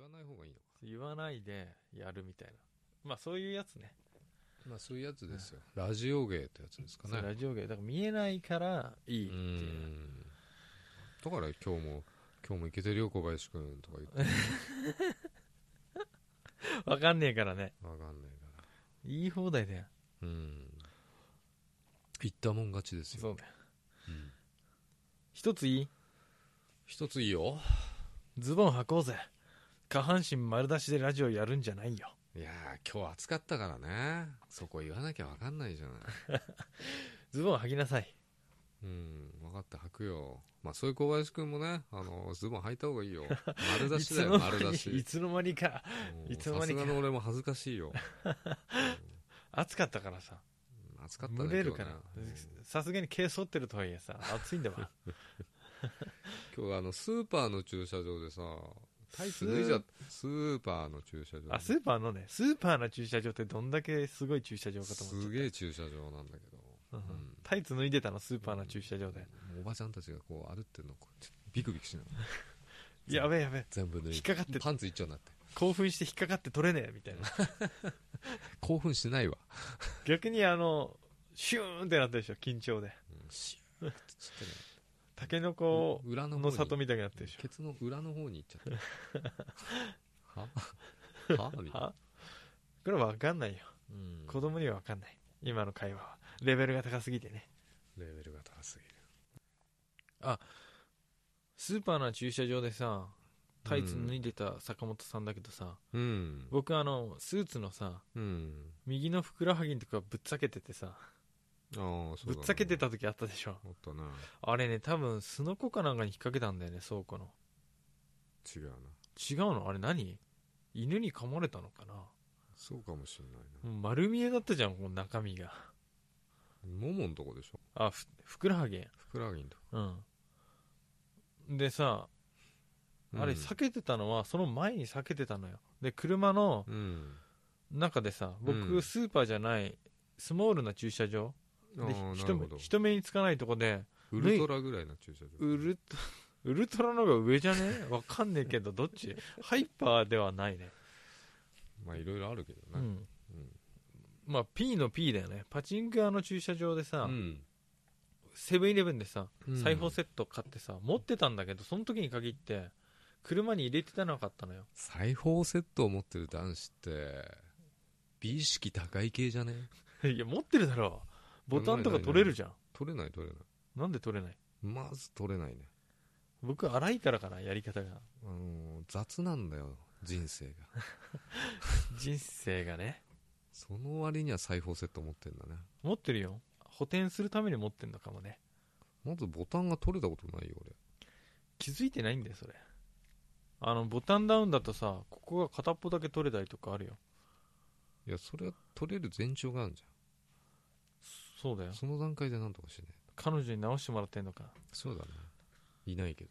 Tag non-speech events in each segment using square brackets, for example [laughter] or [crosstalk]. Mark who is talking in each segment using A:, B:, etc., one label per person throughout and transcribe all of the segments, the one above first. A: わない方がいいのか
B: 言わないでやるみたいな。まあそういうやつね。
A: まあそういうやつですよ、ラジオ芸ってやつですか
B: そう
A: ね
B: ラジオ芸。だから見えないからいいっ
A: う
B: ていう。
A: んだから今日も今日もいけてるよ小林くんとか言って
B: わかんねえからね。
A: 分かんないから
B: 言い放題だよ。
A: うん言ったもん勝ちですよ、
B: そうだよ。
A: うん
B: 一ついい
A: 一ついいよ
B: ズボン履こうぜ。下半身丸出しでラジオやるんじゃないよ。
A: いやー今日暑かったからねそこ言わなきゃ分かんないじゃ [laughs] ない
B: ズボン履きなさい。
A: うん分かった履くよまあそういう小林くんもねあのズボン履いた方がいいよ丸出
B: い
A: し
B: つ
A: だ
B: の
A: よ
B: 間
A: 丸
B: に
A: 出
B: い
A: し
B: つの間に [laughs] か。
A: うん
B: いつの間にか
A: さすがの俺も恥ずかしいよ
B: 暑かったからさ。
A: うん暑かったね
B: 蒸れるから
A: 今日ね。
B: さすがに毛剃ってるとはいえさ、暑いん
A: [laughs]
B: だわ。
A: うん今日あのスーパーの駐車場でさタイツ脱いじゃスーパーの駐車場
B: あ、スーパーのね、スーパーな駐車場ってどんだけすごい駐車場かと思っちゃ
A: す
B: っ
A: げえ駐車場なんだけど
B: た。うん
A: うん
B: タイツ脱いでたの、スーパーな駐車場で。
A: おばちゃんたちがこう歩ってるのこうちょっとビクビクしながらうん
B: やべえやべえ、
A: 全部脱
B: 引っ
A: い
B: かかって、
A: パンツ一丁になって
B: 興奮して引っかかって取れねえ、みたい [laughs] な。
A: 興奮しないわ
B: 逆にあの、シューンってなったでしょ、緊張で。
A: うんシューッてちょっとね
B: タケノコ
A: 裏の
B: の
A: 方
B: 里
A: に
B: みたいになったでしょ。
A: ケツの裏の方に行っちゃ [laughs] ったははみたいな
B: はこれわかんないよ。
A: うん
B: 子供にはわかんない。今の会話は。レベルが高すぎてね。
A: レベルが高すぎる
B: スーパーな駐車場でさ、タイツ脱いでた坂本さんだけどさ、
A: うん
B: 僕あの、スーツのさ、
A: うん
B: 右のふくらはぎのとかぶっつけててさ、
A: ああそうだね
B: ぶっつけてた時あったでしょ
A: あったな
B: あれね多分すのこかなんかに引っ掛けたんだよね倉庫の
A: 違うな
B: 違うのあれ何犬に噛まれたのかな
A: そうかもしんない
B: もう丸見えだったじゃんこの中身が
A: なももんとこでしょ
B: あふふくらはぎ
A: ふくらはぎんとこ
B: うんでさあれ避けてたのは、その前に避けてたのよで車の
A: うん
B: 中でさ
A: う
B: 僕
A: ん
B: スーパーじゃないスモールな駐車場
A: あ
B: で
A: あな
B: 人
A: る
B: 目
A: ほど
B: 人目につかないとこで
A: ウルトラぐらいな駐車場
B: ウルトウルトラの方が上じゃねわかんねえけどどっちハイパーではないね
A: まあいろいろあるけど
B: う
A: な、
B: んまあ P の P だよねパチンコ屋の駐車場でさ、
A: うん
B: セブンイレブンでさ
A: うん
B: 裁縫セット買ってさ、持ってたんだけどその時に限って車に入れてたなかったのよ
A: 裁縫セットを持ってる男子って美意識高い系じゃね
B: [laughs] いや持ってるだろボタンとか取れるじゃん
A: 取れない取れない
B: なんで取れない
A: まず取れないね
B: 僕荒いからかなやり方が
A: あのー雑なんだよ人生が
B: 人生がね
A: その割には裁縫セット持ってんだね
B: 持ってるよ補填するために持ってんのかもね
A: まずボタンが取れたことないよ俺
B: 気づいてないんだよそれあのボタンダウンだとさここが片っぽだけ取れたりとかあるよ
A: いやそれは取れる前兆があるじ
B: そうだ
A: ゃ
B: よ
A: んその段階でなんとかしないと
B: 彼女に直してもらってんのか
A: そうだねいないけど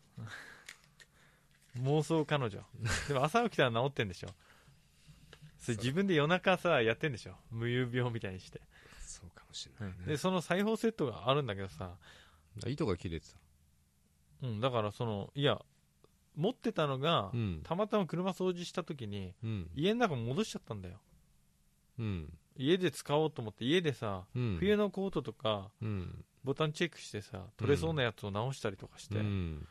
B: 妄想彼女でも朝起きたら治ってんでしょそれ自分で夜中さやってんでしょ無遊病みたいにして、
A: そうかもしれないね、
B: でその裁縫セットがあるんだけどさ、
A: あ糸が切れてた
B: うん、だからそのいや持ってたのが、
A: うん
B: たまたま車掃除した時に
A: うん
B: 家の中戻しちゃったんだよ
A: うん
B: 家で使おうと思って家でさ、
A: うん
B: 冬のコートとか
A: うん
B: ボタンチェックしてさ取れそうなやつを直したりとかして、
A: うん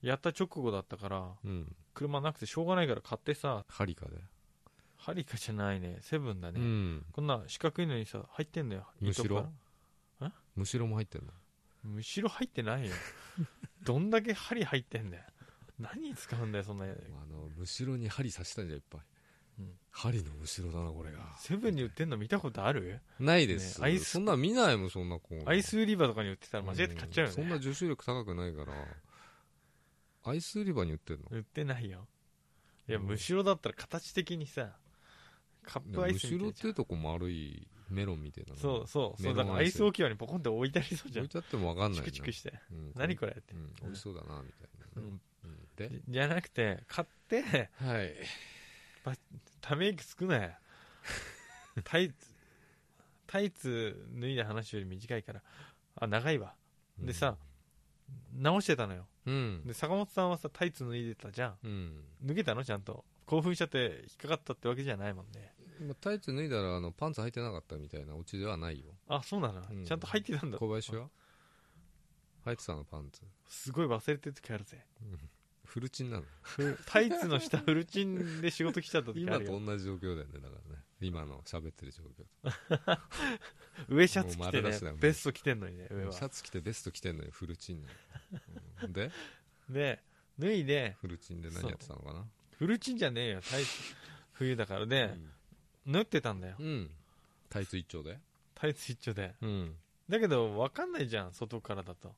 B: やった直後だったから
A: うん
B: 車なくてしょうがないから買ってさ
A: ハリカで、
B: ハリカじゃないねセブンだね、
A: うん
B: こんな四角いのにさ入ってんのよ
A: むしろ
B: 糸から
A: むしろも入ってんの
B: むしろ入っ
A: [laughs]
B: てないよどんだけ針入ってんだよ何に使うんだよそんな
A: あのむしろに針刺したんじゃんいっぱい、
B: うん
A: 針のむしろだなこれが
B: セブンに売ってんの見たことある
A: ないです、
B: ねアイス
A: そんなん見ないもんそんなコーナー
B: アイス売り場とかに売ってたら間違えて買っちゃうよ
A: んそんな
B: ね
A: 受注力高くないからアイス売り場に売ってんの
B: 売ってないよいや
A: うん
B: むしろだったら形的にさカップアイス
A: むし
B: みた
A: ろっ
B: い
A: ていうとこう丸いメロンみたいなの
B: そうそうそう
A: メロ
B: だ
A: ン
B: から
A: ア
B: ア
A: イ
B: イ
A: ス
B: ス置き場にポコンって置いてありそうじゃ
A: 置い
B: ん
A: てあっても分かんない
B: チ
A: な
B: クチクして
A: うん
B: 何これって
A: うん、美味しそうだなみたいな
B: う
A: ね、
B: ん
A: うんで
B: じじゃなくて買って
A: はい
B: ため息つくなよタイツタイツ脱いだ話より短いからあ長いわでさ、直してたのよ、
A: うん
B: で坂本さんはさタイツ脱いでたじゃん
A: うん
B: 脱げたのちゃんと興奮しちゃって引っかかったってわけじゃないもんね
A: まあタイツ脱いだらあのパンツ履いてなかったみたいなオチではないよ
B: あそうなの、
A: うん
B: ちゃんと入ってたんだ
A: 小林は履いてたのパンツ
B: すごい忘れてる時あるぜ
A: フルチンなの
B: ふタイツの下フルチンで仕事来ちゃった時あ
A: 今
B: る
A: と
B: よ
A: 同じ状況だよねだからね今の喋ってる状
B: 上シャツ着
A: も
B: て
A: う丸出
B: ね
A: しだもん
B: ベスト着てんのにね上
A: 況
B: は
A: シャツ着てベスト着てんのにフルチンなの、うんで
B: で脱いで
A: フルチンで何やってたのかな
B: フルチンじゃねえよタイツ冬だから
A: う
B: で、
A: ん
B: 縫ってたんだよ
A: うんタイツ一丁で
B: タイツ一丁で
A: うん
B: だけど分かんないじゃん外からだと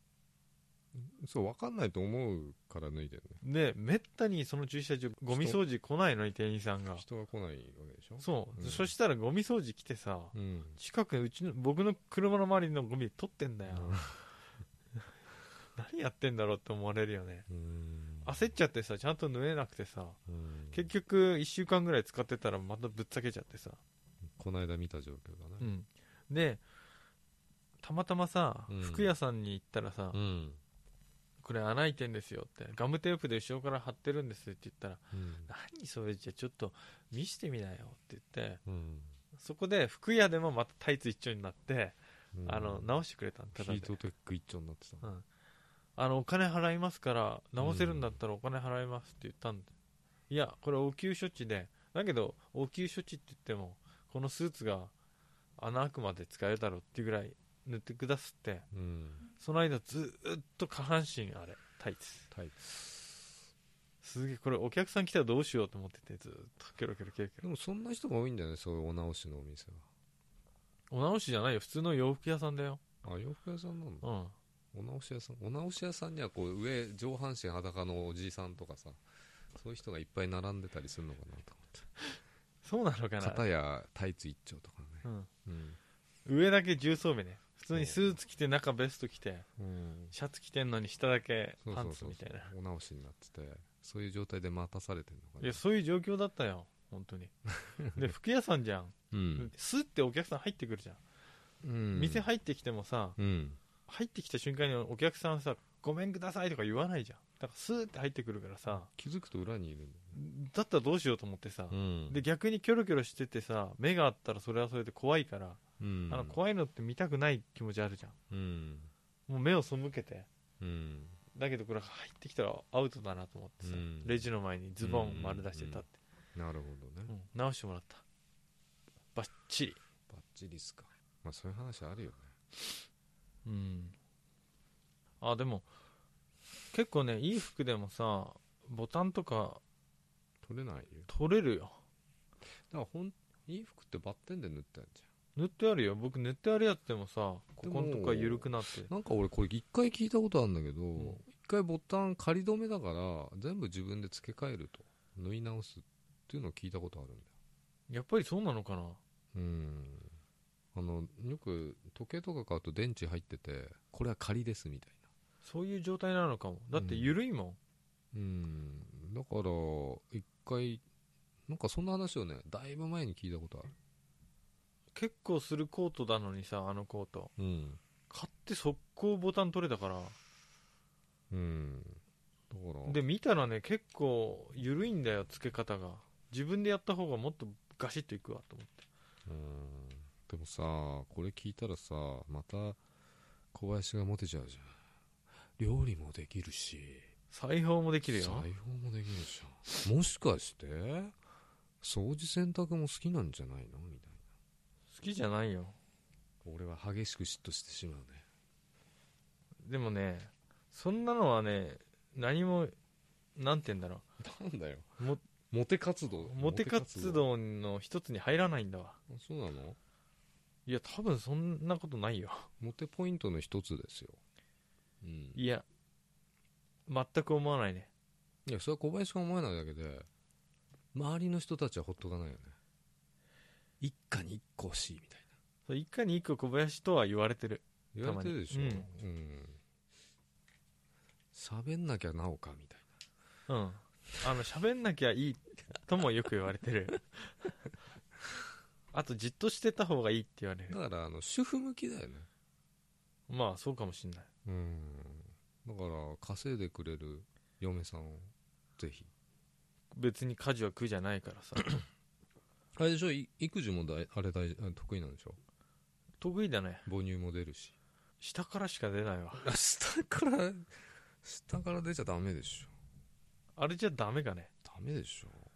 A: そう分かんないと思うから脱いでる
B: でめったにその駐車場ゴミ掃除来ないのに店員さんが
A: ね人が来ないわけでしょ
B: そう、
A: うん
B: そしたらゴミ掃除来てさ
A: うん
B: 近くうちの僕の車の周りのゴミ取ってんだよ、何やってんだろうって思われるよね
A: うん
B: 焦っちゃってさちゃんと縫えなくてさ
A: うん
B: 結局1週間ぐらい使ってたらまたぶっつけちゃってさ、
A: この間見た状況だね
B: うんでたまたまさ、
A: うん
B: 服屋さんに行ったらさ、
A: うん
B: これ穴開いてんですよってガムテープで後ろから貼ってるんですって言ったら
A: うん
B: 何それじゃあちょっと見してみなよって言って
A: うん
B: そこで服屋でもまたタイツ一丁になって、
A: うん
B: あの直してくれたん
A: ヒ
B: ただ
A: ー
B: で
A: トテック一丁になってた
B: うん、あのお金払いますから直せるんだったらお金払いますって言ったんで、いやこれ応急処置でだけど応急処置って言ってもこのスーツが穴開くまで使えるだろうっていうぐらい塗ってくだすって
A: うん
B: その間ずーっと下半身あれタイツ
A: タイツ
B: すげえこれお客さん来たらどうしようと思っててずーっとキョロキョロキョロキョ
A: でもそんな人が多いんだよねそういうお直しのお店
B: ロお直しじゃないよ普通の洋服屋さんだよ
A: はあ洋服屋さんなの
B: うん
A: お直し屋さんお直し屋さんにはこう上上半身裸のおじいさんとかさそういう人がいっぱい並んでたりするのかなと
B: そうなのかな
A: 思って肩やタイツ一丁とかね
B: うん、
A: うん
B: 上だけ重装備ね普通にスーツ着て中ベスト着て
A: うん
B: シャツ着てんのに下だけ
A: そう
B: パ
A: そ
B: ン
A: う
B: ツ
A: そう
B: みたいな
A: お直しになっててそういう状態で待たされてるのか
B: いや
A: な
B: そういう状況だったよ本 [laughs] 当にで服屋さんじゃん、
A: うん
B: スッてお客さん入ってくるじゃん、
A: うん
B: 店入ってきてもさ
A: うん
B: 入ってきた瞬間にお客さんさごめんくださいとか言わないじゃんだからスーって入ってくるからさ
A: 気づくと裏にいるんだよ
B: だったらどうしようと思ってさ、
A: うん
B: で逆にキョロキョロしててさ目があったらそれはそれで怖いから、
A: うん
B: あの怖いのって見たくない気持ちあるじゃ
A: うん
B: んもう目を背けて
A: うん
B: だけどこれ入ってきたらアウトだなと思ってさ、
A: うん
B: レジの前にズボン丸出してたって、
A: なるほどね
B: うん直してもらったバッチリ
A: バッチリっすかまあそういう話あるよね
B: うんあでも結構ねいい服でもさボタンとか
A: 取れないよ
B: 取れるよ
A: だからほんいい服ってバッテンで塗ったんじ
B: 塗ってあるよ僕塗ってあるやつでもさここのとか緩くなって
A: ゃんなんか俺これ一回聞いたことあるんだけど
B: ん
A: 一、回ボタン仮止めだから全部自分で付け替えると縫い直すっていうのを聞いたことあるんだよ
B: やっぱりそうなのかな
A: うんあのよく時計とか買うと電池入っててこれは仮ですみたい
B: そういう状態なのかもだって緩いもん、
A: なうんだから一回なんかそんな話をねだいぶ前に聞いたことある
B: 結構するコートなのにさあのコート
A: うん
B: 買って速攻ボタン取れたから
A: うんだから
B: で見たらね結構緩いんだよ付け方が自分でやった方がもっとガシッといくわと思って
A: うんでもさこれ聞いたらさまた小林がモテちゃうじゃん料理もできるし
B: 裁縫もできる
A: 裁
B: よ
A: 縫もできるじゃんもしかして掃除洗濯も好きなんじゃないのみたい
B: 好きじゃないよ
A: な俺は激しく嫉妬してしまうね
B: でもねそんなのはね何もなんて言うんだろ
A: なんだよ
B: うも
A: モテ活動
B: モテ活動の一つに入らないんだわ
A: モテ活動そうなの
B: いや多分そんなことないよ
A: モテポイントの一つですようん
B: いや全く思わないね
A: いやそれは小林が思えないだけで周りの人たちはほっとかないよね一家に一個欲しいみたいな
B: それ一家に一個小林とは言われてる
A: 言われてるでしょ
B: たまに
A: うん喋、ん、なきゃなおかみたい
B: うんあの喋んなきゃいいともよく言われて
A: [laughs]
B: るあとじっとしてた方がいいって言われる
A: なだからあの主婦向きだよね
B: まあそうかもしんない
A: うんだから稼いでくれる嫁さんをぜひ
B: 別に家事は苦じゃないから
A: [laughs]
B: さ
A: あれでしょい育児もだいあれ大あ得意なんでしょ
B: 得意だね
A: 母乳も出るし
B: 下からしか出ないわ
A: あ下から下から出ちゃダメでしょ
B: あれじゃダメかね
A: ダメでしょ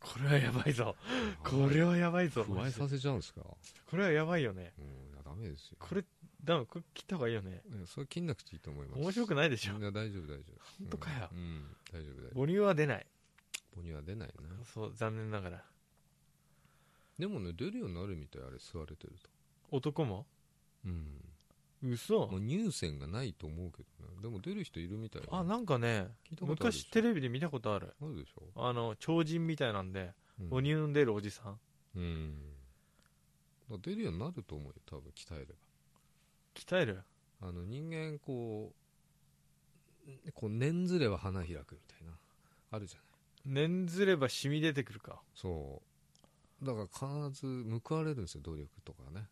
B: これはやばいぞこれはやばいぞ
A: 加
B: マ
A: え
B: ジで
A: させちゃうんですか
B: これはやばいよね
A: うんいやダメですよ
B: これダメこれ切った方がいいよね
A: いやそれ切んなくていいと思います
B: 面白くないでしょ
A: いや大丈夫大丈夫本
B: 当かよ
A: うん、うん大丈夫大丈
B: 母乳は出ない
A: 夫母乳は出ないな
B: そう残念ながら
A: でもね出るようになるみたいあれ吸われてると
B: 男も
A: うん
B: 嘘
A: まあ乳腺がないと思うけどねでも出る人いるみたい
B: あなんかね
A: 聞いたことあるでし
B: 昔
A: ょ
B: テレビで見たことある
A: あるでしょ
B: あの超人みたいなんで
A: うん
B: 母乳の出るおじさん
A: うんだから出るようになると思うよ多分鍛えれ
B: 鍛える
A: ばあの人間こうんこう念ずれば花開くみたいなあるじゃない
B: 念ずれば染み出てくるか
A: そうだから必ず報われるんですよ努力とかね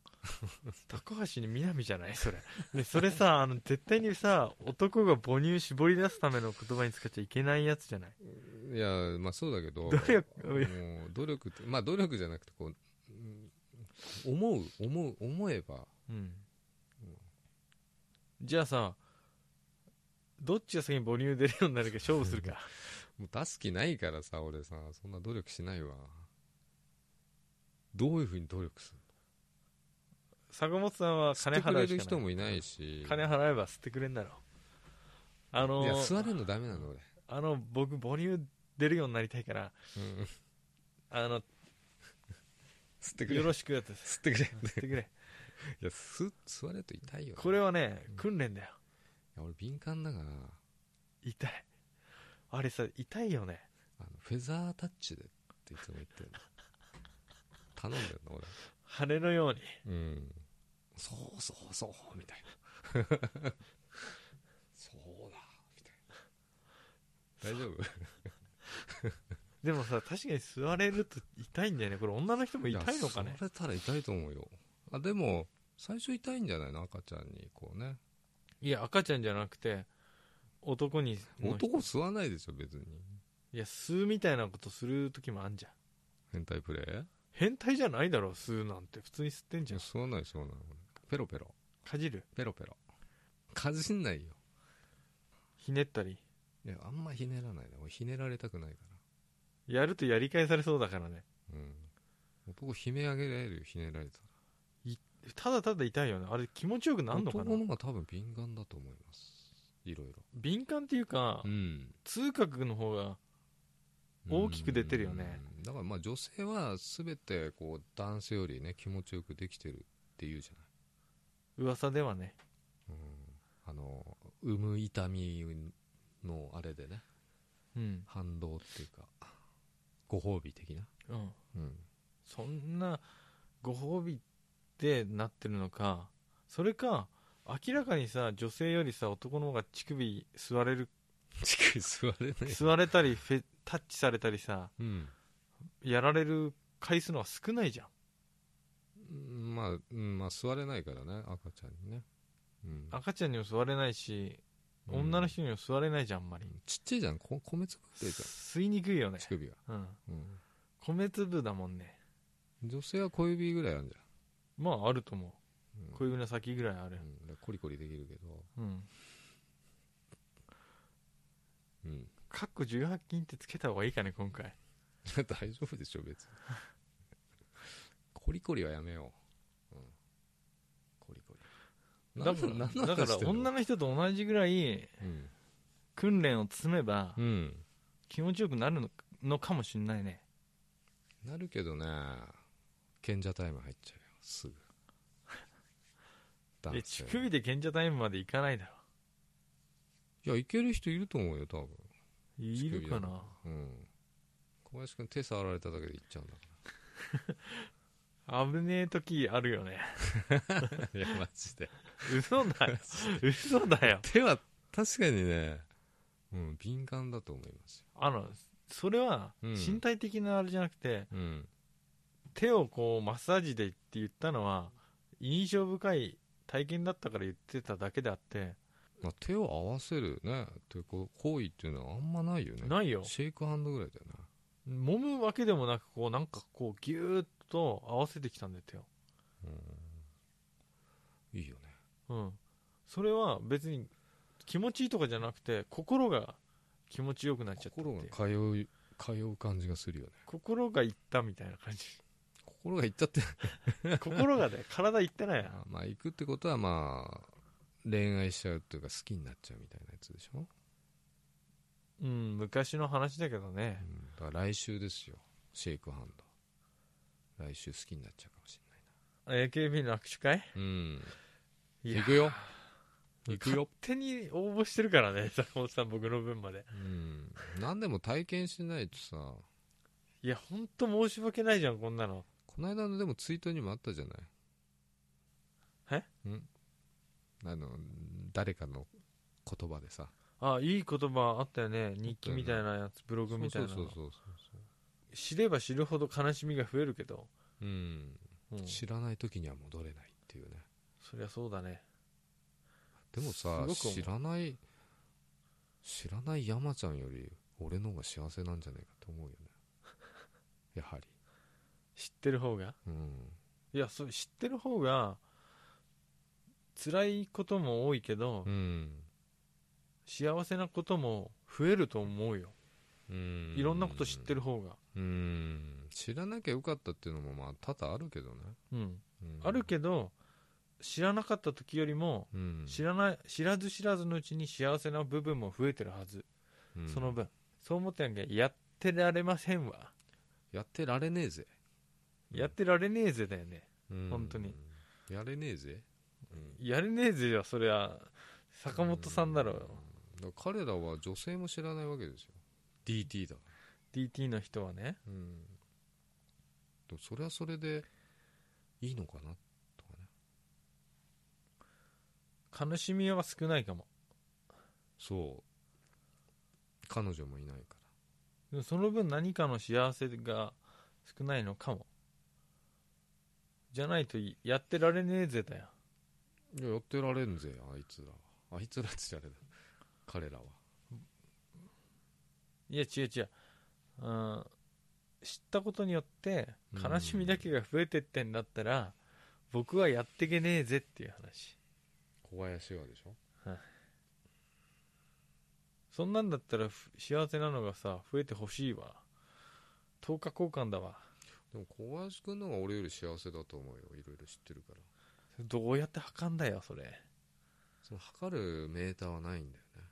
B: 高橋に南じゃないそれでそれさあの絶対にさ男が母乳絞り出すための言葉に使っちゃいけないやつじゃない
A: いやまあそうだけど
B: 努力
A: もう努力ってまあ努力じゃなくてこううん思う思う思えば
B: うんじゃあさどっちが先に母乳出るようになるか勝負するか
A: もう出す気ないからさ俺さそんな努力しないわどういうふうに努力する
B: 坂本さんは金
A: 吸ってく
B: 払
A: れ
B: うし
A: る
B: かな
A: 人
B: い
A: もいないし
B: 金払えば吸ってくれんだろあの
A: いや座れるのダメなの俺
B: あの僕母乳出るようになりたいから
A: うん
B: あの
A: 吸ってくれ
B: よろしくやって
A: 吸ってくれい
B: 吸ってくれ
A: や吸座れると痛いよね、
B: これ
A: い
B: はね訓練だよ
A: や俺敏感だから
B: 痛いあれさ痛いよね
A: あのフェザータッチでっていつも言ってるの頼んでるの俺
B: 羽のように
A: うんそうそうそうみたいな [laughs] そうだみたいな大丈夫
B: でもさ確かに座れると痛いんだよねこれ女の人も痛いのか
A: や
B: ね
A: それたら痛いと思うよあでも最初痛いんじゃないの赤ちゃんにこうね
B: いや赤ちゃんじゃなくて男に
A: 男吸わないでしょ別に
B: いや吸うみたいなことする時もあんじゃん
A: 変態プレイ
B: 変態じゃないだろ吸うなんて普通に吸ってんじ
A: い
B: ゃ
A: や
B: ん
A: 吸わない吸わないペロペロ
B: かじる
A: ペロペロかじんないよ
B: ひねったり
A: いやあんまひねらないね俺ひねられたくないか
B: やるとやり返されそうだからね
A: らうん男悲鳴上げられるよひねられたら
B: ただただ痛いよねあれ気持ちよくなんのかな
A: 男の方が多分敏感だと思いますいろいろ
B: 敏感っていうか、
A: うん
B: 痛覚の方が大きく出てるよね
A: うんだからまあ女性は全てこう男性よりね気持ちよくできてるっていうじ
B: 噂ではね
A: ゃない、うん、あの産む痛みのあれでね
B: うん、
A: 反動っていうかご褒美的な、
B: うん、
A: [laughs] うん、
B: そんなご褒美ってなってるのかそれか明らかにさ女性よりさ男の方が乳首吸わ
A: [laughs]
B: れる
A: 乳首吸われない、
B: 吸われたりフェタッチされたりさ
A: うん
B: やられる回数の方が少ないじゃん
A: うんまあ、うん、まあ吸われないからね赤ちゃんにね、うん、
B: 赤ちゃんにも吸われないし
A: うん
B: 女の人にも吸われないじゃんあんまり
A: ちっちゃいじゃんこ米粒くらいじゃん
B: 吸いにくいよね
A: 乳首が、
B: うん
A: うん、
B: 米粒だもんね
A: 女性は小指ぐらいあるじ
B: まああると思
A: ゃん、うん
B: う小指の先ぐらいある
A: うん、コリコリできるけど、
B: うん
A: うん、
B: かっこ18禁ってつけた方がいいかね今回
A: [laughs] 大丈夫でしょ別にコリコリはやめよう、うん、コリコリな
B: だ
A: んなんの
B: からだ
A: 話
B: か
A: し
B: ら
A: てんの
B: 女の人と同じぐらい
A: うん、
B: 訓練を積めば
A: うん、
B: 気持ちよくなるののかもしんないね
A: なるけどね賢者タイム入っちゃうよすぐ
B: え
A: 男性
B: 乳首で賢者タイムまでいかないだろ
A: いやいける人いると思うよ多分
B: いるか
A: 乳首だ
B: な
A: うん小林君手触られただけでいっちゃうんだか
B: 危ねえ時あるよね [laughs]
A: ら [laughs] いやマジで
B: 嘘だ
A: [laughs]
B: よ嘘だよ
A: 手は確かにね、うん、敏感だと思いますよ
B: あのそれは
A: うん
B: 身体的なあれじゃなくて、
A: うん
B: 手をこうマッサージでって言ったのは印象深い体験だったから言ってただけであって
A: まあ、手を合わせるねというこう行為っていうのはあんまないよね
B: ないよ
A: シェイクハンドぐらいだよね
B: 揉むわけでもなくこうなんかこうギューッと合わせてきたんだよ手を
A: いいよね
B: うんそれは別に気持ちいいとかじゃなくて心が気持ちよくなっちゃったってい
A: 心
B: う
A: が通う通う感じがするよね
B: 心がいったみたいな感じ
A: [laughs] 心が行ったって
B: 心がね体いってないな
A: まあ行くってことはまあ恋愛しちゃうっていうか好きになっちゃうみたいなやつでしょ、
B: うん昔の話だけどね
A: うん、だから来週ですよシェイクハンド来週好きになっちゃうかもし
B: AKB の握手
A: れ
B: 会
A: ないなうん
B: いや
A: 行くよ行く
B: 勝
A: よ、
B: 手に応募してるからね [laughs] 坂本さん僕の分まで
A: うん、何でも体験しないとさ
B: いや本当申し訳ないじゃんこんなの
A: この間のでもツイートにもあったじゃないえんあの誰かの言葉でさ
B: あいい言葉あったよね日記みたいなやつブログみたいなの
A: そうそうそうそう
B: 知れば知るほど悲しみが増えるけど、
A: そう、うん、
B: うん、
A: 知らない時には戻れないっていうね
B: そりゃそうだね
A: でもさ
B: すごく思う
A: 知らない知らない山ちゃんより俺の方が幸せなんじゃないかと思うよねやはり
B: 知ってる方が
A: うん
B: いやそう知ってる方が辛いことも多いけど、
A: うん
B: 幸せなことも増えると思うよ
A: うん
B: いろんなこと知ってる方が
A: うん知らなきゃよかったっていうのもまあ多々あるけどね、
B: うん
A: うん
B: あるけど知らなかった時よりも
A: うん
B: 知らない知らず知らずのうちに幸せな部分も増えてるはず、
A: うん
B: その分そう思ってなきゃやってられませんわ
A: やってられねえぜ、うん
B: やってられねえぜだよね
A: うん
B: 本当に
A: やれねえぜ、うん
B: やれねえぜよそりゃ坂本さんだろうよ
A: だから彼らは女性も知らないわけですよ DT だから
B: DT の人はね
A: うんでもそれはそれでいいのかなとかね
B: 悲しみは少ないかも
A: そう彼女もいないか
B: でもその分何かの幸せが少ないのかもじゃないといやってられねえぜだよ
A: らいややってられんぜあいつらはあいつらって言っちゃあれだ彼らはい
B: や違う違う、うん、知ったことによって悲しみだけが増えてってんだったら、僕はやってけねえぜっていう話
A: 小林はでしょ
B: そんなんだったらふ幸せなのがさ増えてほしいわ10日交換だわ
A: でも小林君の方が俺より幸せだと思うよいろいろ知ってるから
B: どうやって測んだよそれ
A: その測るメーターはないんだよね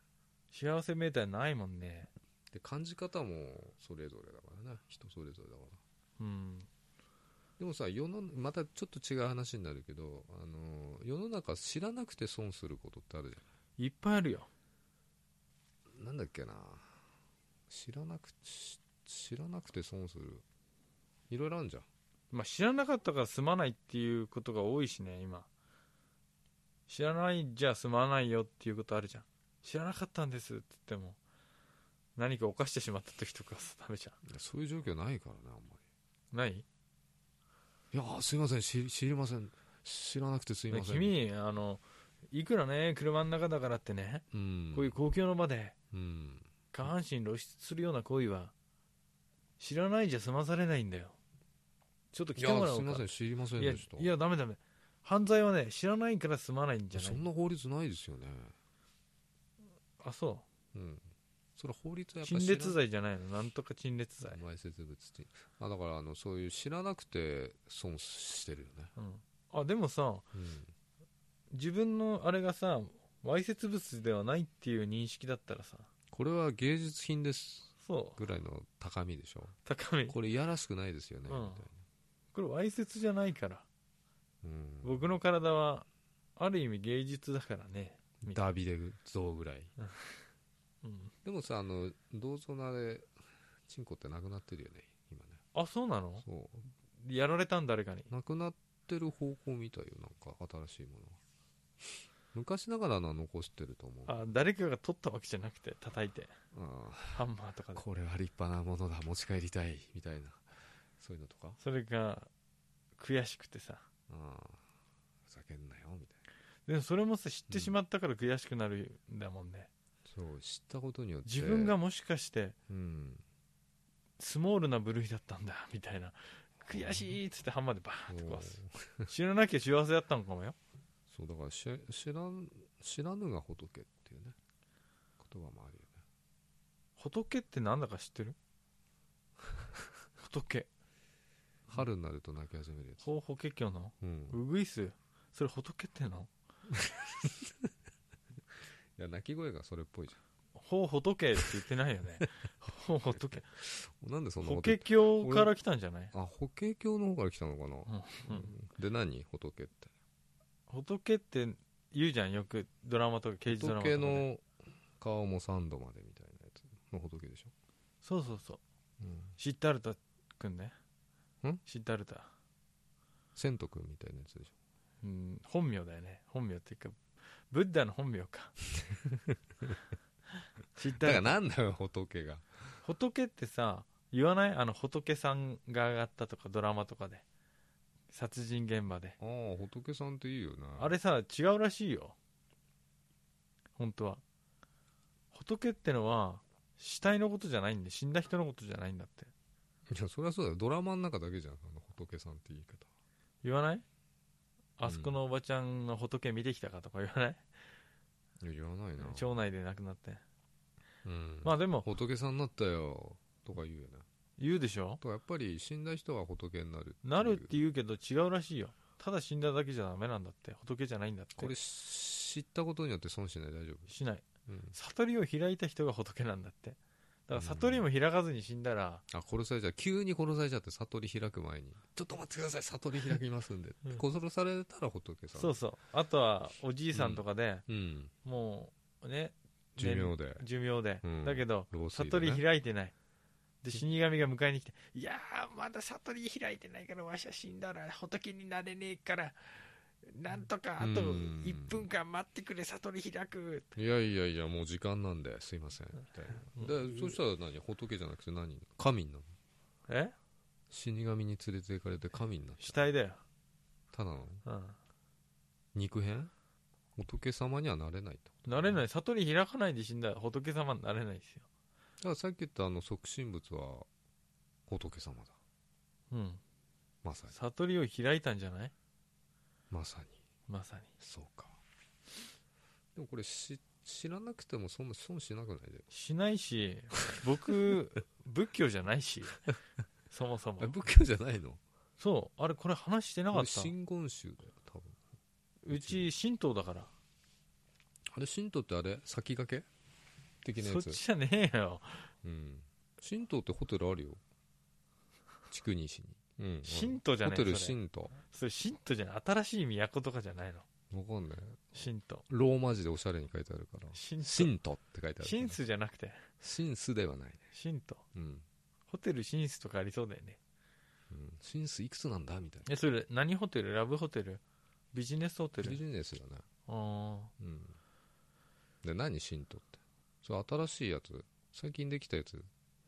B: 幸せメーターないもんね
A: で感じ方もそれぞれだからね人それぞれだから
B: うん
A: でもさ世のまたちょっと違う話になるけどあの世の中知らなくて損することってあるじ
B: いっぱいあるよ
A: ゃんなんだっけな知らなく知知らなくて損するいろいろあるじゃん
B: まあ、知らなかったから済まないっていうことが多いしね今知らないじゃ済まないよっていうことあるじゃん知らなかったんですって言っても何か犯してしまった時とか [laughs] さダメじゃ
A: そういう状況ないからねあんま
B: んない
A: りいやーすいません知知りません知らなくてすいません
B: 君あのいくらね車の中だからってね、
A: うん
B: こういう公共の場で
A: うん
B: 下半身露出するような行為は知らないじゃ済まされないんだよちょっと
A: い
B: 来て
A: や
B: もら
A: す
B: お
A: いうま
B: か
A: せん知りません
B: いや
A: でした
B: いやダメダメ犯罪はね知らないから済まないんじゃない
A: そんな法律ないですよね
B: あそう
A: うんそれは法律はやっぱ
B: 陳
A: 知ら
B: 列罪じゃないのなんとか陳列罪、
A: 埋設物ってあだからあのそういう知らなくて損してるよね、
B: うん、あでもさ
A: うん、
B: 自分のあれがさわいせつ物ではないっていう認識だったらさ
A: これは芸術品です
B: そう
A: ぐらいの高みでしょ
B: 高めこ
A: これいやらしくないですよね、
B: うん
A: みたい
B: れわいせつじゃないから
A: な、うん、
B: 僕の体はある意味芸術だからね、
A: ダビデ像ぐらい
B: うん、
A: でもさあの銅像のあれチンコってなくなってるよね今ね
B: あそうなの
A: そ
B: やられたん誰かに
A: うなくなってる方向みたいよなんか新しいものは昔ながらのは残してると思うあ
B: あ誰かが取ったわけじゃなくて叩いて
A: あ
B: ハンマーとかで
A: これは立派なものだ持ち帰りたいみたいなそういうのとか
B: それが悔しくてさ
A: ああふざけんなよみたい
B: でもそれもさ知ってしまったから悔しくなるんだもんね、
A: そう知ったことによって
B: 自分がもしかして
A: うん
B: スモールな部類だったんだみたいな悔しいっつってハンマーでバーンって壊す
A: おー
B: 知らなきゃ幸せだったのかもよ
A: そうだからし知らん知らぬが仏っていうね言葉もあるよね
B: 仏ってなんだか知ってる仏
A: 春になると泣き始めるやつ
B: 法法華経の
A: うん
B: ウグイスそれ仏っての
A: いや鳴き声がそれっぽいじ
B: 法仏って言ってないよね法仏
A: ゃんなんで [laughs] そんな
B: 法
A: こ
B: 華経から来たんじゃない、
A: とあ法華経の方から来たのかな、
B: うんうん、
A: で何仏って
B: 仏って言うじゃんよくドラマとか刑事ドラマとか
A: 仏
B: で
A: の顔も三度までみたいなやつの仏でしょ、
B: そうそうそう
A: うん、
B: シッダルタくんね
A: ん
B: シッダルタ
A: セント君みたいなやつでし
B: うん本名だよね本名っていうかブッダの本名
A: [laughs]
B: かシッ
A: ょだか
B: ダ
A: ら
B: ルタ
A: なんだよ仏が
B: 仏ってさ言わないあの仏さんが上がったとかドラマとかで殺人現場で
A: ああ仏さんっていいよね
B: あれさ違うらしいよ本当は仏ってのは死体のことじゃないんで死んだ人のことじゃないんだって
A: いやそりゃそうだよドラマの中だけじゃんあの仏さんって言い方
B: 言わないあそこのおばちゃんの仏見てきたかとか言わない、
A: いや言わないな、
B: 町内で亡くなって、
A: うん、
B: まあでも
A: 仏さんになったよとか言うよね
B: 言うでしょ
A: とかやっぱり死んだ人は仏になる
B: なるって言うけど違うらしいよただ死んだだけじゃダメなんだって仏じゃないんだって
A: これ知ったことによって損しない大丈夫、
B: しない
A: うん、
B: 悟りを開いた人が仏なんだってだから悟りも開かずに死んだら、
A: あ殺されちゃう急に殺されちゃって悟り開く前にちょっと待ってください悟り開きますんで、
B: うん
A: 殺されたら仏さん
B: そうそうあとはおじいさんとかで、
A: うん
B: もうね
A: 寿命で
B: 寿命で、
A: うん
B: だけど
A: 老衰
B: 悟
A: でね
B: り開いてないで死神が迎えに来て「いやーまだ悟り開いてないからわしは死んだら仏になれねえからなんとかあと
A: うん
B: 1分間待ってくれ悟り開く」
A: いやいやいやもう時間なんですいませんみたいな、
B: うん
A: でそしたら何仏じゃなくて何神になるの
B: え
A: 死神に連れて行かれて神になっ
B: 死
A: ちゃう
B: 体だよ、
A: ただの
B: うん、
A: 肉片仏様にはなれないと
B: なれない悟り開かないで死んだら仏様になれないですよ、
A: だからさっき言ったあの即身仏は仏様だ
B: うん、
A: まさに
B: 悟りを開いたんじゃない
A: まさに
B: まさに
A: そうかでもこれ知知らなくてもそんな損しなくないで
B: しないし
A: [laughs]
B: 僕仏教じゃないしそもそも
A: え仏教じゃないの
B: そうあれこれ話してなか
A: こ
B: っ
A: れ
B: た
A: 真言宗だよ多分
B: うち神道だから
A: あれ神道ってあれ先駆け的な
B: そ
A: や
B: っ
A: つ
B: ちじゃねえよ
A: うん神道ってホテルあるよ築西に、うん、
B: 神道じゃ
A: ホ
B: ね
A: テ
B: え
A: ル
B: それ
A: 神道
B: それ神道じゃない新しい都とかじゃないの
A: わかんない
B: 神道
A: ローマ字でおしゃれに書いてあるから
B: 神道
A: 神道って書いてあるから
B: 神スじゃなくて
A: 神スではないね
B: 神道
A: うん、
B: ホテル神スとかありそうだよね
A: うん、神スいくつなんだみたいな
B: えそれ何ホテルラブホテルビジネスホテル
A: ビジネスだね
B: あ
A: うんで何神道ってそれ新しいやつ最近できたやつ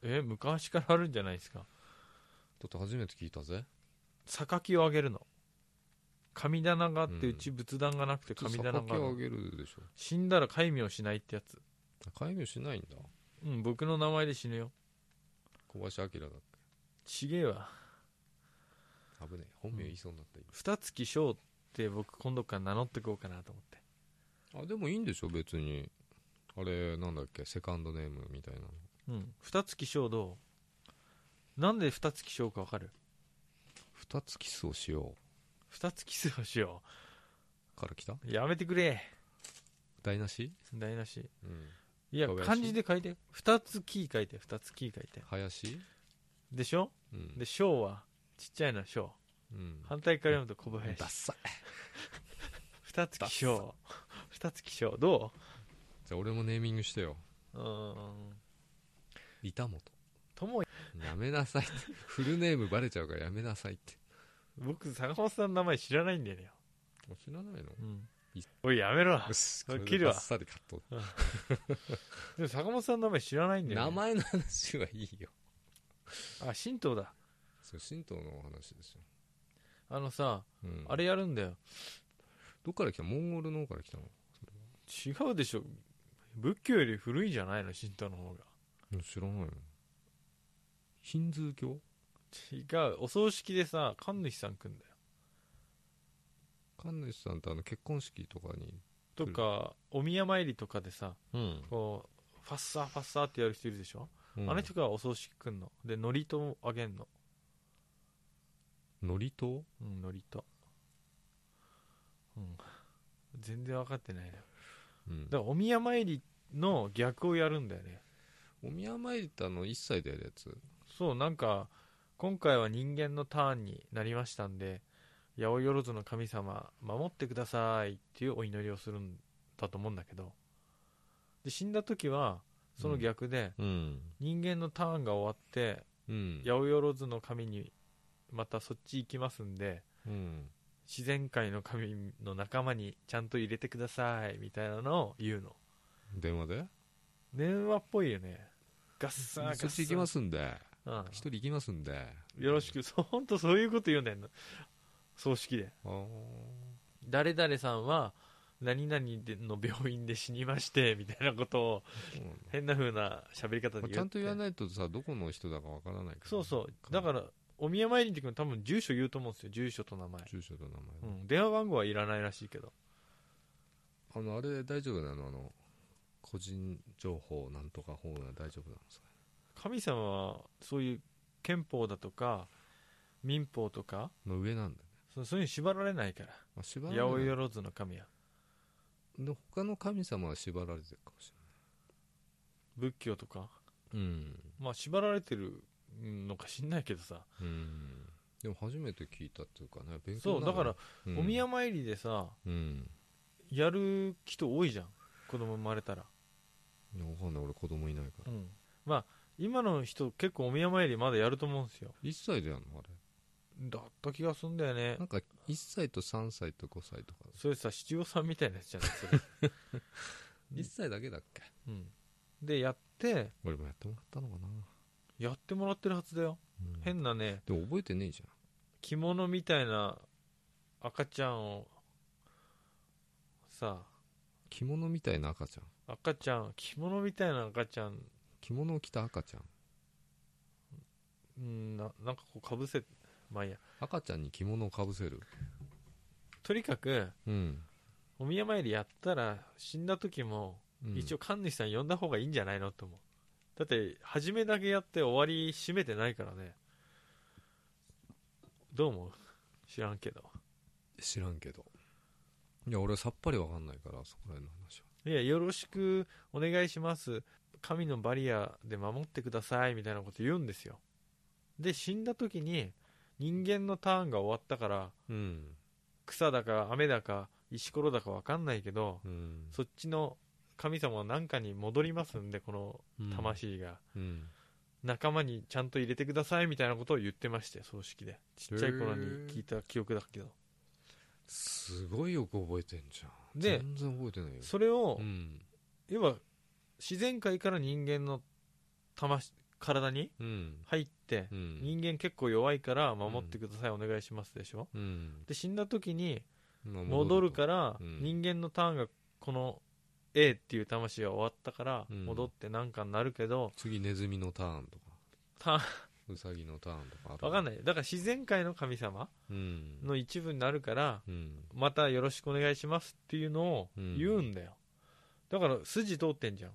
B: ーえ昔からあるんじゃないですか
A: だって初めて聞いたぜ
B: 榊をあげるの神棚があってうち仏壇がなくて神棚があ
A: 酒をあ
B: る
A: げるでしょ
B: 死んだら戒名をしないってやつ
A: 介入しないんだ
B: うん僕の名前で死ぬよ
A: 小林明だっけ
B: ちげえわ
A: 危ねえ本名言いそうになった、
B: 二月翔って僕今度から名乗ってこうかなと思って
A: 今あでもいいんでしょ別にあれなんだっけセカンドネームみたいなの
B: うん二月翔どうなんで二月翔かわかる
A: 二つキスをしよ
B: 二月キスをしよ
A: うから来た
B: うやめてくれ
A: 台無し、
B: 台無し
A: うん、
B: いや
A: 小林
B: 漢字で書いて二つキー書いて二つキー書いて
A: 林、
B: でしょ
A: うん
B: で翔はちっちゃいの翔
A: うん、
B: 反対から読むと小林
A: ダッサい
B: 二月翔二月翔ど
A: じゃあ俺もネーミングしてよ
B: ううーん
A: 板本
B: とも
A: やめなさいってフルネームバレちゃうからやめなさいって
B: 僕坂本さんの名前知らないんだよね、
A: 知らないの
B: うん
A: い、
B: おいやめろ
A: よし
B: こ
A: こ
B: れ
A: れ
B: 切
A: で
B: るわ
A: バッサリカット
B: でも坂本さんの名前知らないんだよ、ね、
A: 名前の話はいいよ
B: あ神道だ
A: そう神道のお話ですよ、
B: あのさ
A: うん
B: あれやるんだよ
A: どっから来たモンゴルの方から来たの
B: 違うでしょ仏教より古いんじゃないの神道の方が
A: うん知らないのヒンズー教
B: 違うお葬式でさ神主さん来んだよ
A: 神主さんってあの結婚式とかに
B: とかお宮参りとかでさ
A: うん、
B: こうファッサーファッサーってやる人いるでしょ、あの人がお葬式来んので祝詞をあげんの
A: のりと
B: うん祝詞うん全然分かってないなだか
A: うん
B: らお宮参りの逆をやるんだよね
A: お宮参りってあの1歳でやるやつ
B: そうなんか今回は人間のターンになりましたんで八百万の神様守ってくださいっていうお祈りをするんだと思うんだけどで死んだ時はその逆で、
A: うん
B: 人間のターンが終わって
A: うん
B: 八百万の神にまたそっち行きますんで
A: うん
B: 自然界の神の仲間にちゃんと入れてくださいみたいなのを言うの
A: 電話で
B: 電話っぽいよねガッサーガッサ
A: そ
B: ー
A: っち行きますんで
B: うん
A: 一人行きますんで
B: よろしくそうほんとそういうこと言うんだよな葬式で
A: あー
B: 誰々さんは何々での病院で死にましてみたいなことを
A: そうなんだ
B: 変な風な喋り方で言
A: ま
B: っ
A: あ
B: て
A: ちゃんと言わないとさどこの人だかわからないからね
B: そうそうだからお宮参りの時も多分住所言うと思うんですよ住所と名前、
A: 住所と名前、
B: うん、電話番号はいらないらしいけど
A: あのあれ大丈夫なのあの個人情報なんとか法なら大丈夫なんですか
B: 神様はそういう憲法だとか民法とか
A: の上なんだよね、
B: そそういうの縛られないから
A: まあ、縛ら
B: 八
A: れない
B: 百万の神は
A: で他の神様は縛られてるかもし
B: 仏教とか
A: れないうん
B: まあ縛られてるのか知んないけどさ
A: うんでも初めて聞いたっていうかね勉強
B: そ
A: に
B: う
A: な
B: だ
A: る
B: から、
A: うん
B: お宮参りでさ
A: うん
B: やる人多いじゃん子供生まれたら、
A: いやわかんない俺子供いないから
B: まあ今の人結構お宮参りまだやると思うんですよ
A: 1歳でやんのあれ
B: だった気がすんだよね
A: なんか1歳と3歳と5歳とか
B: それさ七五三みたいなやつじゃないそ
A: [laughs]
B: れ、
A: 1歳だけだっけ
B: うん、でやって
A: 俺もやってもらったのかな、
B: やってもらってるはずだよ
A: うん
B: 変なね
A: でも覚えてねえじ
B: 着物みたいな赤ちゃんをさ
A: ゃん着物みたいな赤ちゃん
B: 赤ちゃん着物みたいな赤ちゃん
A: 着物を着た赤ちゃん
B: うんななんかこうかぶせまあいいや
A: 赤ちゃんに着物をかぶせる
B: とにかく
A: うん、
B: お宮参りやったら死んだ時も
A: うん
B: 一応神主さん呼んだ方がいいんじゃないのと思うだって初めだけやって終わり締めてないからねどう思う知らんけど
A: 知らんけどいや俺はさっぱりわかんないからそこら辺の話はい
B: やよろしくお願いします神のバリアで守ってくださいみたいなこと言うんですよで死んだ時に人間のターンが終わったから
A: うん
B: 草だか雨だか石ころだか分かんないけど
A: うん
B: そっちの神様なんかに戻りますんでこの魂が、
A: うん
B: 仲間にちゃんと入れてくださいみたいなことを言ってまして葬式でちっちゃい頃に聞いた記憶だけど
A: すごいよく覚えてんじゃん
B: で
A: 全然覚えてないよ
B: それを、
A: うん
B: 要は自然界から人間の魂体に
A: うん
B: 入って、
A: うん
B: 人間結構弱いから守ってください、お願いしますでしょ
A: うん
B: で死んだ時に
A: まあ
B: 戻るから、
A: うん
B: 人間のターンがこの A っていう魂が終わったから、
A: うん
B: 戻ってなんかになるけど
A: 次ネズミのターンとか
B: ターン
A: ウサギのターンとかある
B: 分かん
A: ない
B: ないだから自然界の神様
A: うん
B: の一部になるから、
A: うん
B: またよろしくお願いしますっていうのを言うんだよ、だから筋通ってんじゃん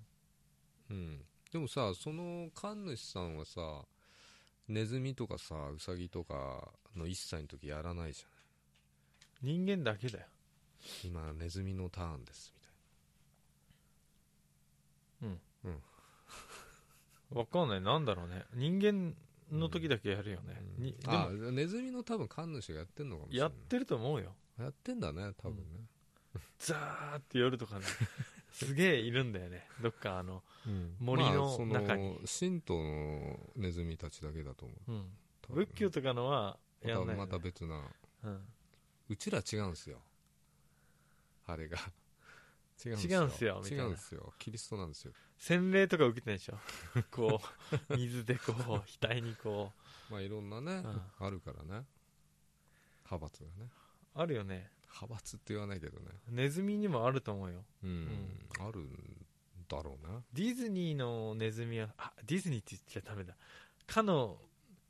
A: うんでもさその神主さんはさネズミとかさウサギとかの1歳の時やらないじゃん
B: 人間だけだよ
A: 今ネズミのターンですみたい
B: 分かんないなんだろうね人間の時だけやるよね、
A: な
B: にで
A: あ
B: も
A: ネズミの多分神主がやってんのかもしれな
B: や
A: い
B: ってると思うよ
A: やってんだね多分ね
B: ザーって夜とか
A: [laughs]
B: ねすげえいるんだよねどっかあの、森
A: まあ
B: の
A: そ
B: 中に、
A: 神道のネズミたちだけだと思う
B: うん、
A: 多分
B: 仏教とかのはやんない、ね
A: またまた別な
B: うん、
A: うちら違うんすよあれが [laughs] 違うん
B: 違うんすよみ
A: 違
B: たいな
A: うんすよキリストなんですよ
B: 洗礼とか受けてないでしょ [laughs] こう水でこう額にこう
A: まあいろんなねあるからね派閥がね
B: あるよね
A: 派閥って言わないけどね
B: ネズミにもあると思うよ
A: うん、あるんだろうな
B: ディズニーのネズミはあディズニーって言っちゃダメだかの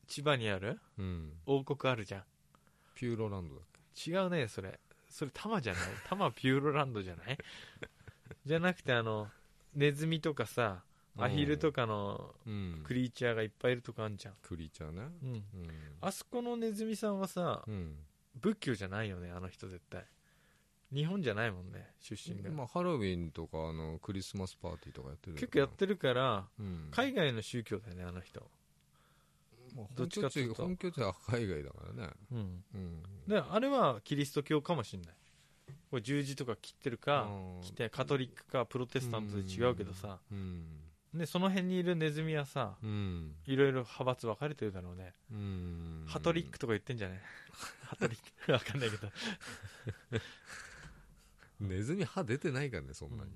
B: 千葉にある
A: うん
B: 王国あるじゃん
A: ピューロランドだっけ
B: 違うねそれそれタマじゃないタマピューロランドじ
A: [laughs]
B: ゃないじゃなくてあのネズミとかさアヒルとかの
A: うん
B: クリーチャーがいっぱいいるとこあんじゃん、
A: クリーチャーね
B: うん、
A: うん
B: あそこのネズミさんはさ
A: うん
B: 仏教じゃないよねあの人絶対日本じゃないもんね出身が、
A: まあ、ハロウィンとかあのクリスマスパーティーとかやってるよな
B: 結構やってるから
A: うん、
B: 海外の宗教だよねあの人
A: まあ
B: ど
A: 本
B: っち
A: 拠
B: かってい
A: 地
B: うと
A: 本拠地は海外だからね、
B: うん
A: うん、
B: であれはキリスト教かもしんないこれ十字とか切ってるか
A: うん
B: 切ってカトリックかプロテスタントで違うけどさ
A: うん
B: でその辺にいるネズミはさ
A: うん
B: いろいろ派閥分かれてるだろうね
A: うん
B: ハトリックとか言ってんじゃね [laughs] ハトリックわかんないけど
A: ネズミ歯出てないからねそんなに、
B: うん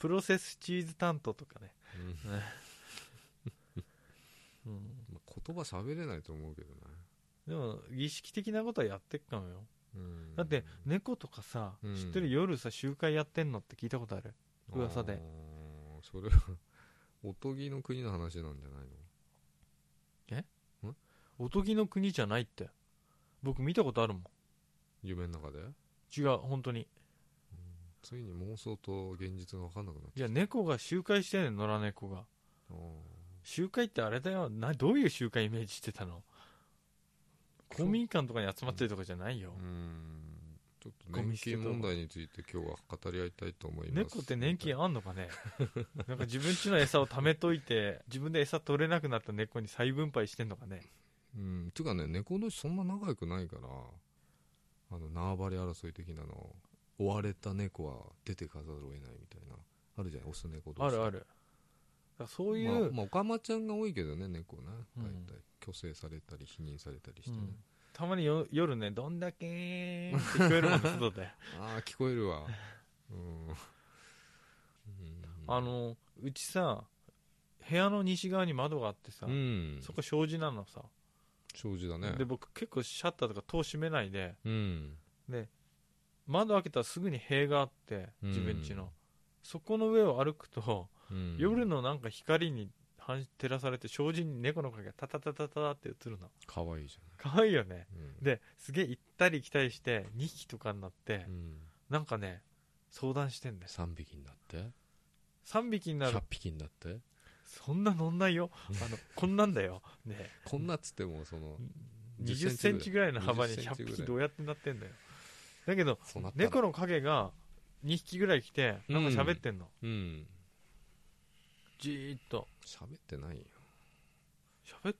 B: プロセスチーズ担当とかね、
A: うん
B: うん、
A: まあ言葉喋れないと思うけどね、
B: でも儀式的なことはやってっかもよ
A: うん
B: だって猫とかさ、
A: うん
B: 知ってる夜さ集会やってんのって聞いたことある噂で
A: あーそれはおとぎの国の話なんじゃないの
B: おとぎの国じゃないって僕見たことあるもん
A: 夢の中で
B: 違う本当に
A: ついに妄想と現実が分かんなくなっ
B: い
A: ちゃ
B: や
A: った
B: 猫が集会してんねん野良猫が
A: あ
B: 集会ってあれだよなどういう集会イメージしてたの公民館とかに集まってるとかじゃないよ
A: ー、うんちょっと
B: ゴミ
A: 年
B: 捨て
A: 金
B: と
A: 問題について今日は語り合いたいと思います
B: 猫って年金あんの
A: [laughs]
B: かねなんか自分ちの餌を貯めといて自分で餌取れなくなった猫に再分配してんのかね
A: うんていうかね猫同士そんな仲良くないからあの縄張り争い的なの追われた猫は出てかざるを得ないみたいなあるじゃないオス猫同
B: あ
A: 士
B: るあるだからそういう、
A: まあ、まあ、オカマちゃんが多いけどね猫ね
B: う
A: 大
B: ん
A: 体虚勢されたり否認されたりして
B: う
A: ね、
B: んたまによ夜ねどんだけーんって聞こえるもんね
A: [laughs]
B: 外で
A: ああ聞こえる
B: [laughs]
A: わうん、うん
B: あのうちさ部屋の西側に窓があってさ、
A: うん
B: そこ障子なのさ、
A: 障子だね
B: で僕結構シャッターとか戸閉めないで
A: うん
B: で窓開けたらすぐに塀があって
A: うん
B: 自分家の、そこの上を歩くと、
A: うん
B: 夜のなんか光に反照らされて障子に猫の影がタタタタタって映るの
A: 可愛いじ
B: 可愛いよね
A: ゃん、うん
B: ですげえ行ったり来たりして2匹とかになって、
A: うん、
B: なんかね相談してんだよ
A: 3匹になって
B: 3匹になる
A: 100匹になって
B: そんな乗んないよ
A: うん
B: あのこんなんだよね
A: こんなっつってもその
B: 2 0センチ
A: ぐらい
B: ぐらいの幅に
A: 20
B: 100匹
A: ぐらい
B: どうやってなってんだよだけど
A: そうなったら
B: 猫の影が2匹ぐらい来てなんか喋ってんの、
A: うん
B: じーっと
A: 喋ってないよ
B: 喋って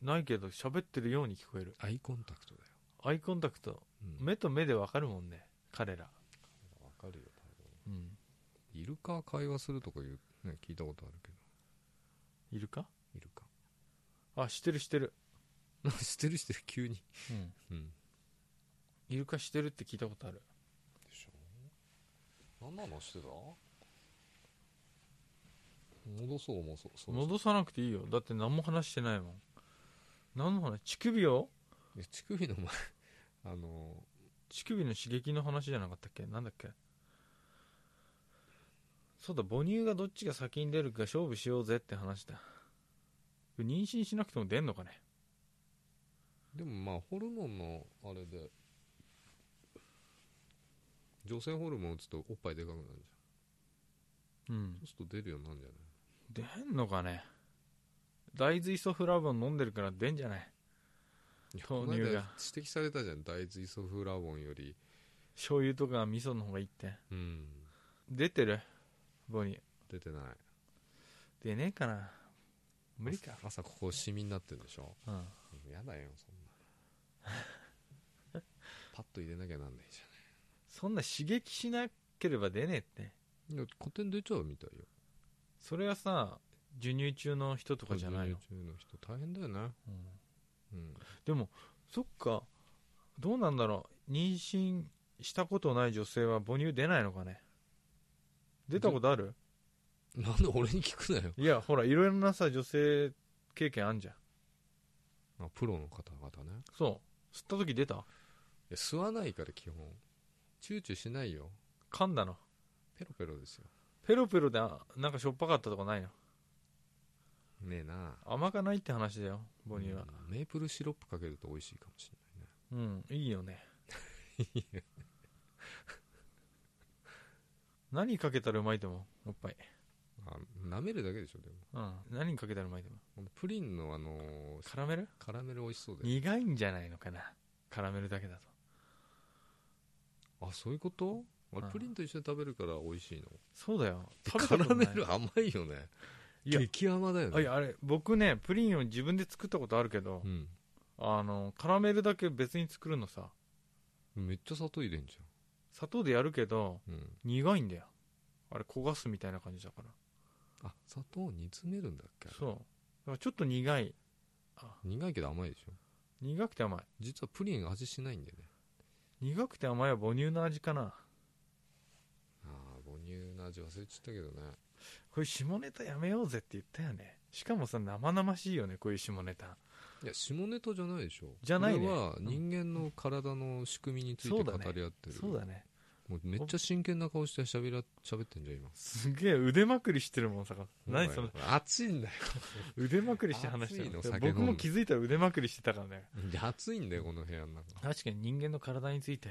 B: ないけど喋ってるように聞こえる
A: アイコンタクトだよ、
B: アイコンタクト
A: うん、
B: 目と目でわかるもんね彼ら、
A: わかるよ多分イルカは会話するとかいう、ね、聞いたことあるけど
B: いるか
A: イルカ
B: あしてるしてる、
A: [laughs] してるしてる急にうん
B: イルカしてるって聞いたことある
A: でしょ何なのしてた戻そう戻そうそう
B: 戻さなくていいよだって何も話してないもん何の話乳首を
A: いや乳首の前 [laughs] あの
B: 乳首の刺激の話じゃなかったっけなんだっけそうだ母乳がどっちが先に出るか勝負しようぜって話だ妊娠しなくても出んのかね
A: でもまあホルモンのあれで女性ホルモン打つとおっぱいでかくなるじ
B: うん
A: ゃんそうすると出るようになるんじゃない
B: 出んのかね大豆イソフラボン飲んでるから出んじゃない豆乳が
A: この間指摘されたじゃん大豆イソフラボンより
B: 醤油とか味噌の方がいいって
A: うん
B: 出てる母乳
A: 出てない
B: 出ねえかな無理か
A: 朝ここシミになってるでしょ
B: うん
A: うんやだよそんな [laughs] パッと入れなきゃなんないじ
B: そんな刺激しなければ出ねえって
A: ゃんいや古典出ちゃうみたいよ
B: それはさ授乳中の人とかじゃないの、
A: 授乳中の人大変だよね
B: うん
A: うん
B: でもそっかどうなんだろう妊娠したことない女性は母乳出ないのかね出たことある
A: なんで俺に聞くなよ
B: いやほらいろいろなさ女性経験あんじゃん
A: あプロの方々ね
B: そう吸った時出た
A: いや吸わないから基本躊躇しないよ
B: 噛んだの
A: ペロペロですよ
B: ペロペロであなんかしょっぱかったとかないの
A: ねえな
B: 甘かないって話だよ母乳は
A: うんメープルシロップかけると美味しいかもしれないね
B: うん、いいよね [laughs] 何かけたらうまいと思うおっぱい、
A: あ舐めるだけでしょでも
B: うん、何かけたらうまいと思
A: あのプリンのあの
B: うカラメル
A: カラメル美味しそうだよ
B: 苦いんじゃないのかなカラメルだけだと
A: あそういうことあれ
B: うん
A: プリンと一緒に食べるから美味しいの
B: そうだよ
A: カラメ
B: い
A: ル甘いよね
B: いや
A: 激甘だよ
B: あい
A: ね
B: やあれ僕ねプリンを自分で作ったことあるけど、
A: うん
B: あのカラメルだけ別に作るのさ
A: めっちゃ砂糖入れんじ
B: 砂糖でやるけど
A: ゃん、うん、
B: 苦いんだよあれ焦がすみたいな感じだから
A: あ砂糖煮詰めるんだっけ
B: そうだからちょっと苦い
A: 苦いけど甘いでしょ
B: 苦くて甘い
A: 実はプリン味しないんだよね
B: 苦くて甘いは母乳の味かな
A: ああ母乳の味忘れちゃったけどね
B: こういう下ネタやめようぜって言ったよねしかもさ生々しいよねこういう下ネタ
A: いや下ネタじゃないでしょ
B: じゃないね
A: これは人間の体の仕組みについて
B: そ
A: 語
B: うだね
A: り合ってる、
B: そうだね
A: もうめっちゃ真剣な顔してしゃべら喋ってんじゃん今
B: すげえ腕まくりしてるもんさ何その
A: お前熱いんだよ
B: 腕まくりして話して
A: 熱い
B: る
A: の酒飲んで
B: 僕も気づいたら腕まくりしてたからね
A: いや熱いんだよこの部屋の中
B: 確かに人間の体について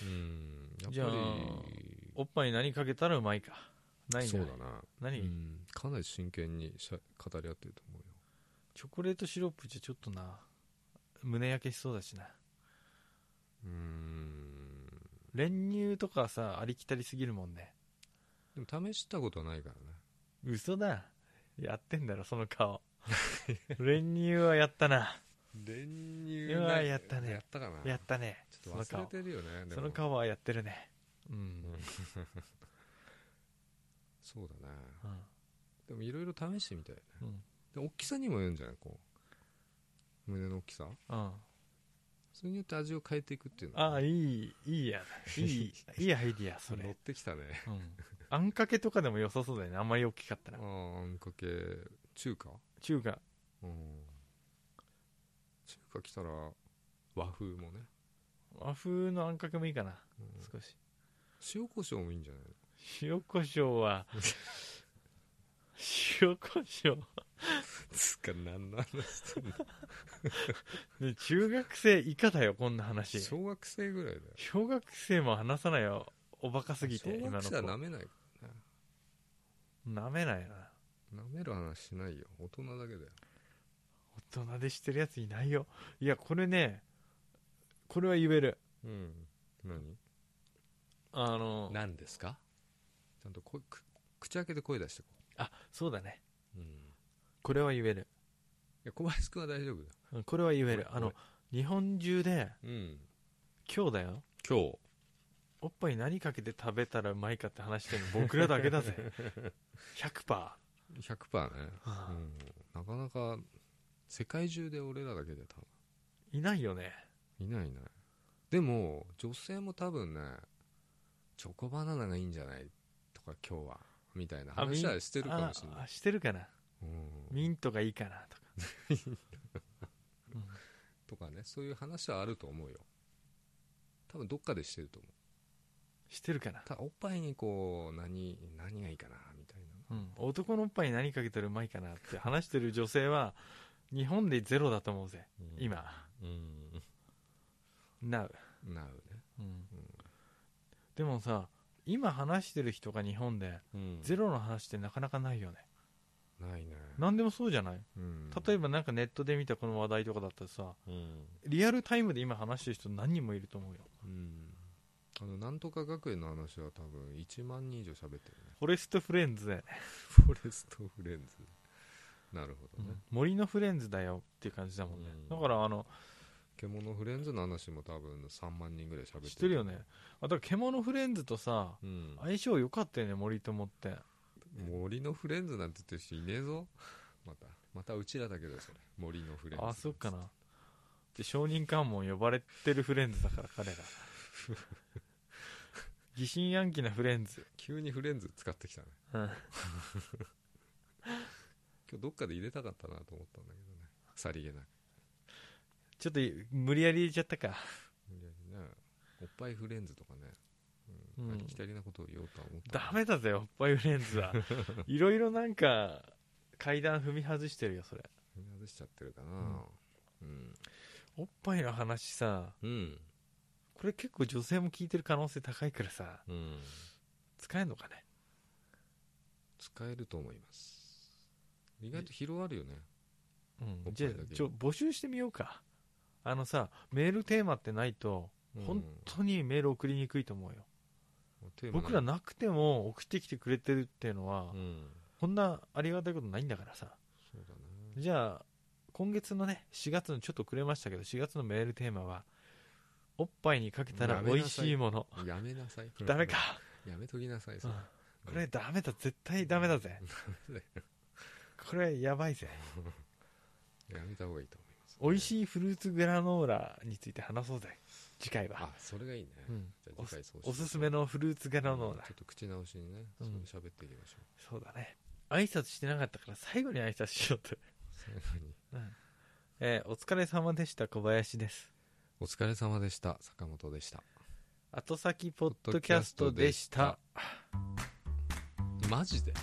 A: うん
B: じゃ
A: やっ
B: あ
A: ぱ
B: おっぱいに何かけたらうまいかない
A: り
B: ん
A: そう
B: ね
A: だな
B: 何、
A: うんかなり真剣にしゃ語り合ってると思うよ
B: チョコレートシロップじゃちょっとな胸焼けしそうだしな
A: うーん
B: 練乳とかさありきたりすぎるもんね
A: でも試したことはないからね
B: 嘘だやってんだろその
A: [laughs]
B: 顔練乳はやったな
A: 練乳
B: うわやったね
A: やったかな
B: やったね
A: ち
B: そ
A: ょっ
B: の
A: と忘れ
B: 顔
A: てるよねでも
B: その顔はやってるねうん、
A: んそうだね
B: うん
A: でもいろいろ試してみたいね、
B: うん
A: で大きさにもよるんじゃないこう胸の大きさ
B: うん、
A: それによって味を変えていくっていうの
B: ああ
A: い
B: いいいいやいいいいアイディアそ
A: 乗っ
B: れ、
A: てきたね
B: うん、あんかけとかでも良さそうだよねあんまり大きかった
A: あ
B: ら
A: ーあんかけ中華
B: 中華
A: うん中華来たら和風もね、
B: 和風のあんかけもいいかな
A: うん
B: 少し
A: 塩コショウもいいんじゃ
B: [laughs]
A: ない
B: 塩コショウは塩コショウ
A: つか何の話してんの
B: ね中学生以下だよこんな話
A: 小学生ぐらいだよ
B: 小学生も話さないよおバカすぎて
A: 小
B: 今の
A: 学
B: 子
A: 生は舐めない
B: なめないな
A: 舐める話しないよ大人だけだよ
B: 大人でしてるやついないよいやこれねこれは言える
A: うん何
B: あの
A: 何ですかちゃんと声く口開けて声出してこ
B: あそうだね
A: う、い
B: これは言える
A: や小林君は大丈夫だよ
B: うんこれは言え
A: これ
B: る
A: これ
B: あの日本中で
A: うん
B: 今日だよ
A: 今日
B: おっぱい何かけて食べたらうまいかって話してるの僕らだ
A: [laughs]
B: けだぜ100%、
A: 100%ね、う
B: う
A: ん、
B: ん
A: なかなか世界中で俺らだけで多
B: いないよね
A: 分いないいないでも女性も多分ねチョコバナナがいいんじゃないとか今日はみたいな
B: あみん
A: 話はしてるかもしれな
B: あ
A: い
B: あしてるかな
A: うん
B: ミントがいいかなとか、うん
A: とかねそういう話はあると思うよ多分どっかでしてると思う
B: してるかな、
A: ただおっぱいにこう何何がいいかなみたいな
B: うん、男のおっぱいに何かけたらうまいかなって話してる女性は日本でゼロだと思うぜ、今
A: うん、
B: Now、
A: なるね、
B: うんでもさ今話してる人が日本でゼ
A: ロ
B: ロの話ってなかなかないよね、
A: ないね、
B: 何でもそうじゃない
A: うん
B: 例えばなんかネットで見たこの話題とかだったらさ
A: うん
B: リアルタイムで今話してる人何人もいると思うよ
A: うんあのなんとか学園の話は多分1万人以上喋ってる
B: [laughs]
A: ね
B: フォレストフレンズだよね、
A: フォレストフレンズなるほどね、
B: 森のフレンズだよっていう感じだもんね、
A: うん
B: だからあの
A: 獣フレンズの話も多分3万人ぐらい喋ってる
B: 知ってるよねあだから獣フレンズとさ
A: うん、
B: 相性良かったよね森友って
A: 森のフレンズなんて言ってる人いねえぞまたまたうちらだけどそれ森のフレンズ
B: あそっかなで証人喚問呼ばれてるフレンズだから
A: [laughs]
B: 彼ら疑心暗鬼なフレンズ
A: 急にフレンズ使ってきたね
B: うん
A: 今日どっかで入れたかったなと思ったんだけどねさりげなく
B: ちょっと無理やり入れちゃったか
A: 無理やりねおっぱいフレンズとかねうん
B: うん
A: ありきたりなことを言おうとは思った
B: ダメだぜおっぱいフレン
A: [laughs]
B: ズはいろいろなんか階段踏み外してるよそれ
A: 踏み外しちゃってるかなうん
B: おっぱいの話さ
A: うん
B: これ結構女性も聞いてる可能性高いからさ
A: うん
B: 使えんのかね
A: 使えると思います意外と広がるよねお
B: う
A: っぱいだけ
B: んじゃあちょ募集してみようかあのさメールテーマってないと本当にメール送りにくいと思うよ、
A: 当
B: 僕らなくても送ってきてくれてるっていうのは、
A: うん
B: こんなありがたいことないんだからさ
A: そうだね
B: じゃあ今月のね4月のちょっとくれましたけど4月のメールテーマはおっぱいにかけたら
A: やめなさい
B: 美味しいもの
A: やめなさい
B: ダメか、
A: やめときなさい
B: うん
A: それ
B: これダメだ絶対ダメだぜ
A: メだ
B: これやばいぜ
A: やめた方がいいと思います
B: 美味
A: い
B: しいフルーツグラノーラについて話そうぜ次回は
A: あそれがいいね
B: うん
A: じゃあ次回そうしましょう
B: おすすめのフルーツグラノーラ
A: ちょっと口直しにね
B: う
A: そ
B: ん
A: れ喋っていきましょう
B: そうだね挨拶してなかったから最後に挨拶
A: [laughs]
B: しようと、
A: 最後に
B: えーお疲れ様でした小林です
A: お疲れ様でした坂本でした
B: 後先ポッドキャストでした
A: マジで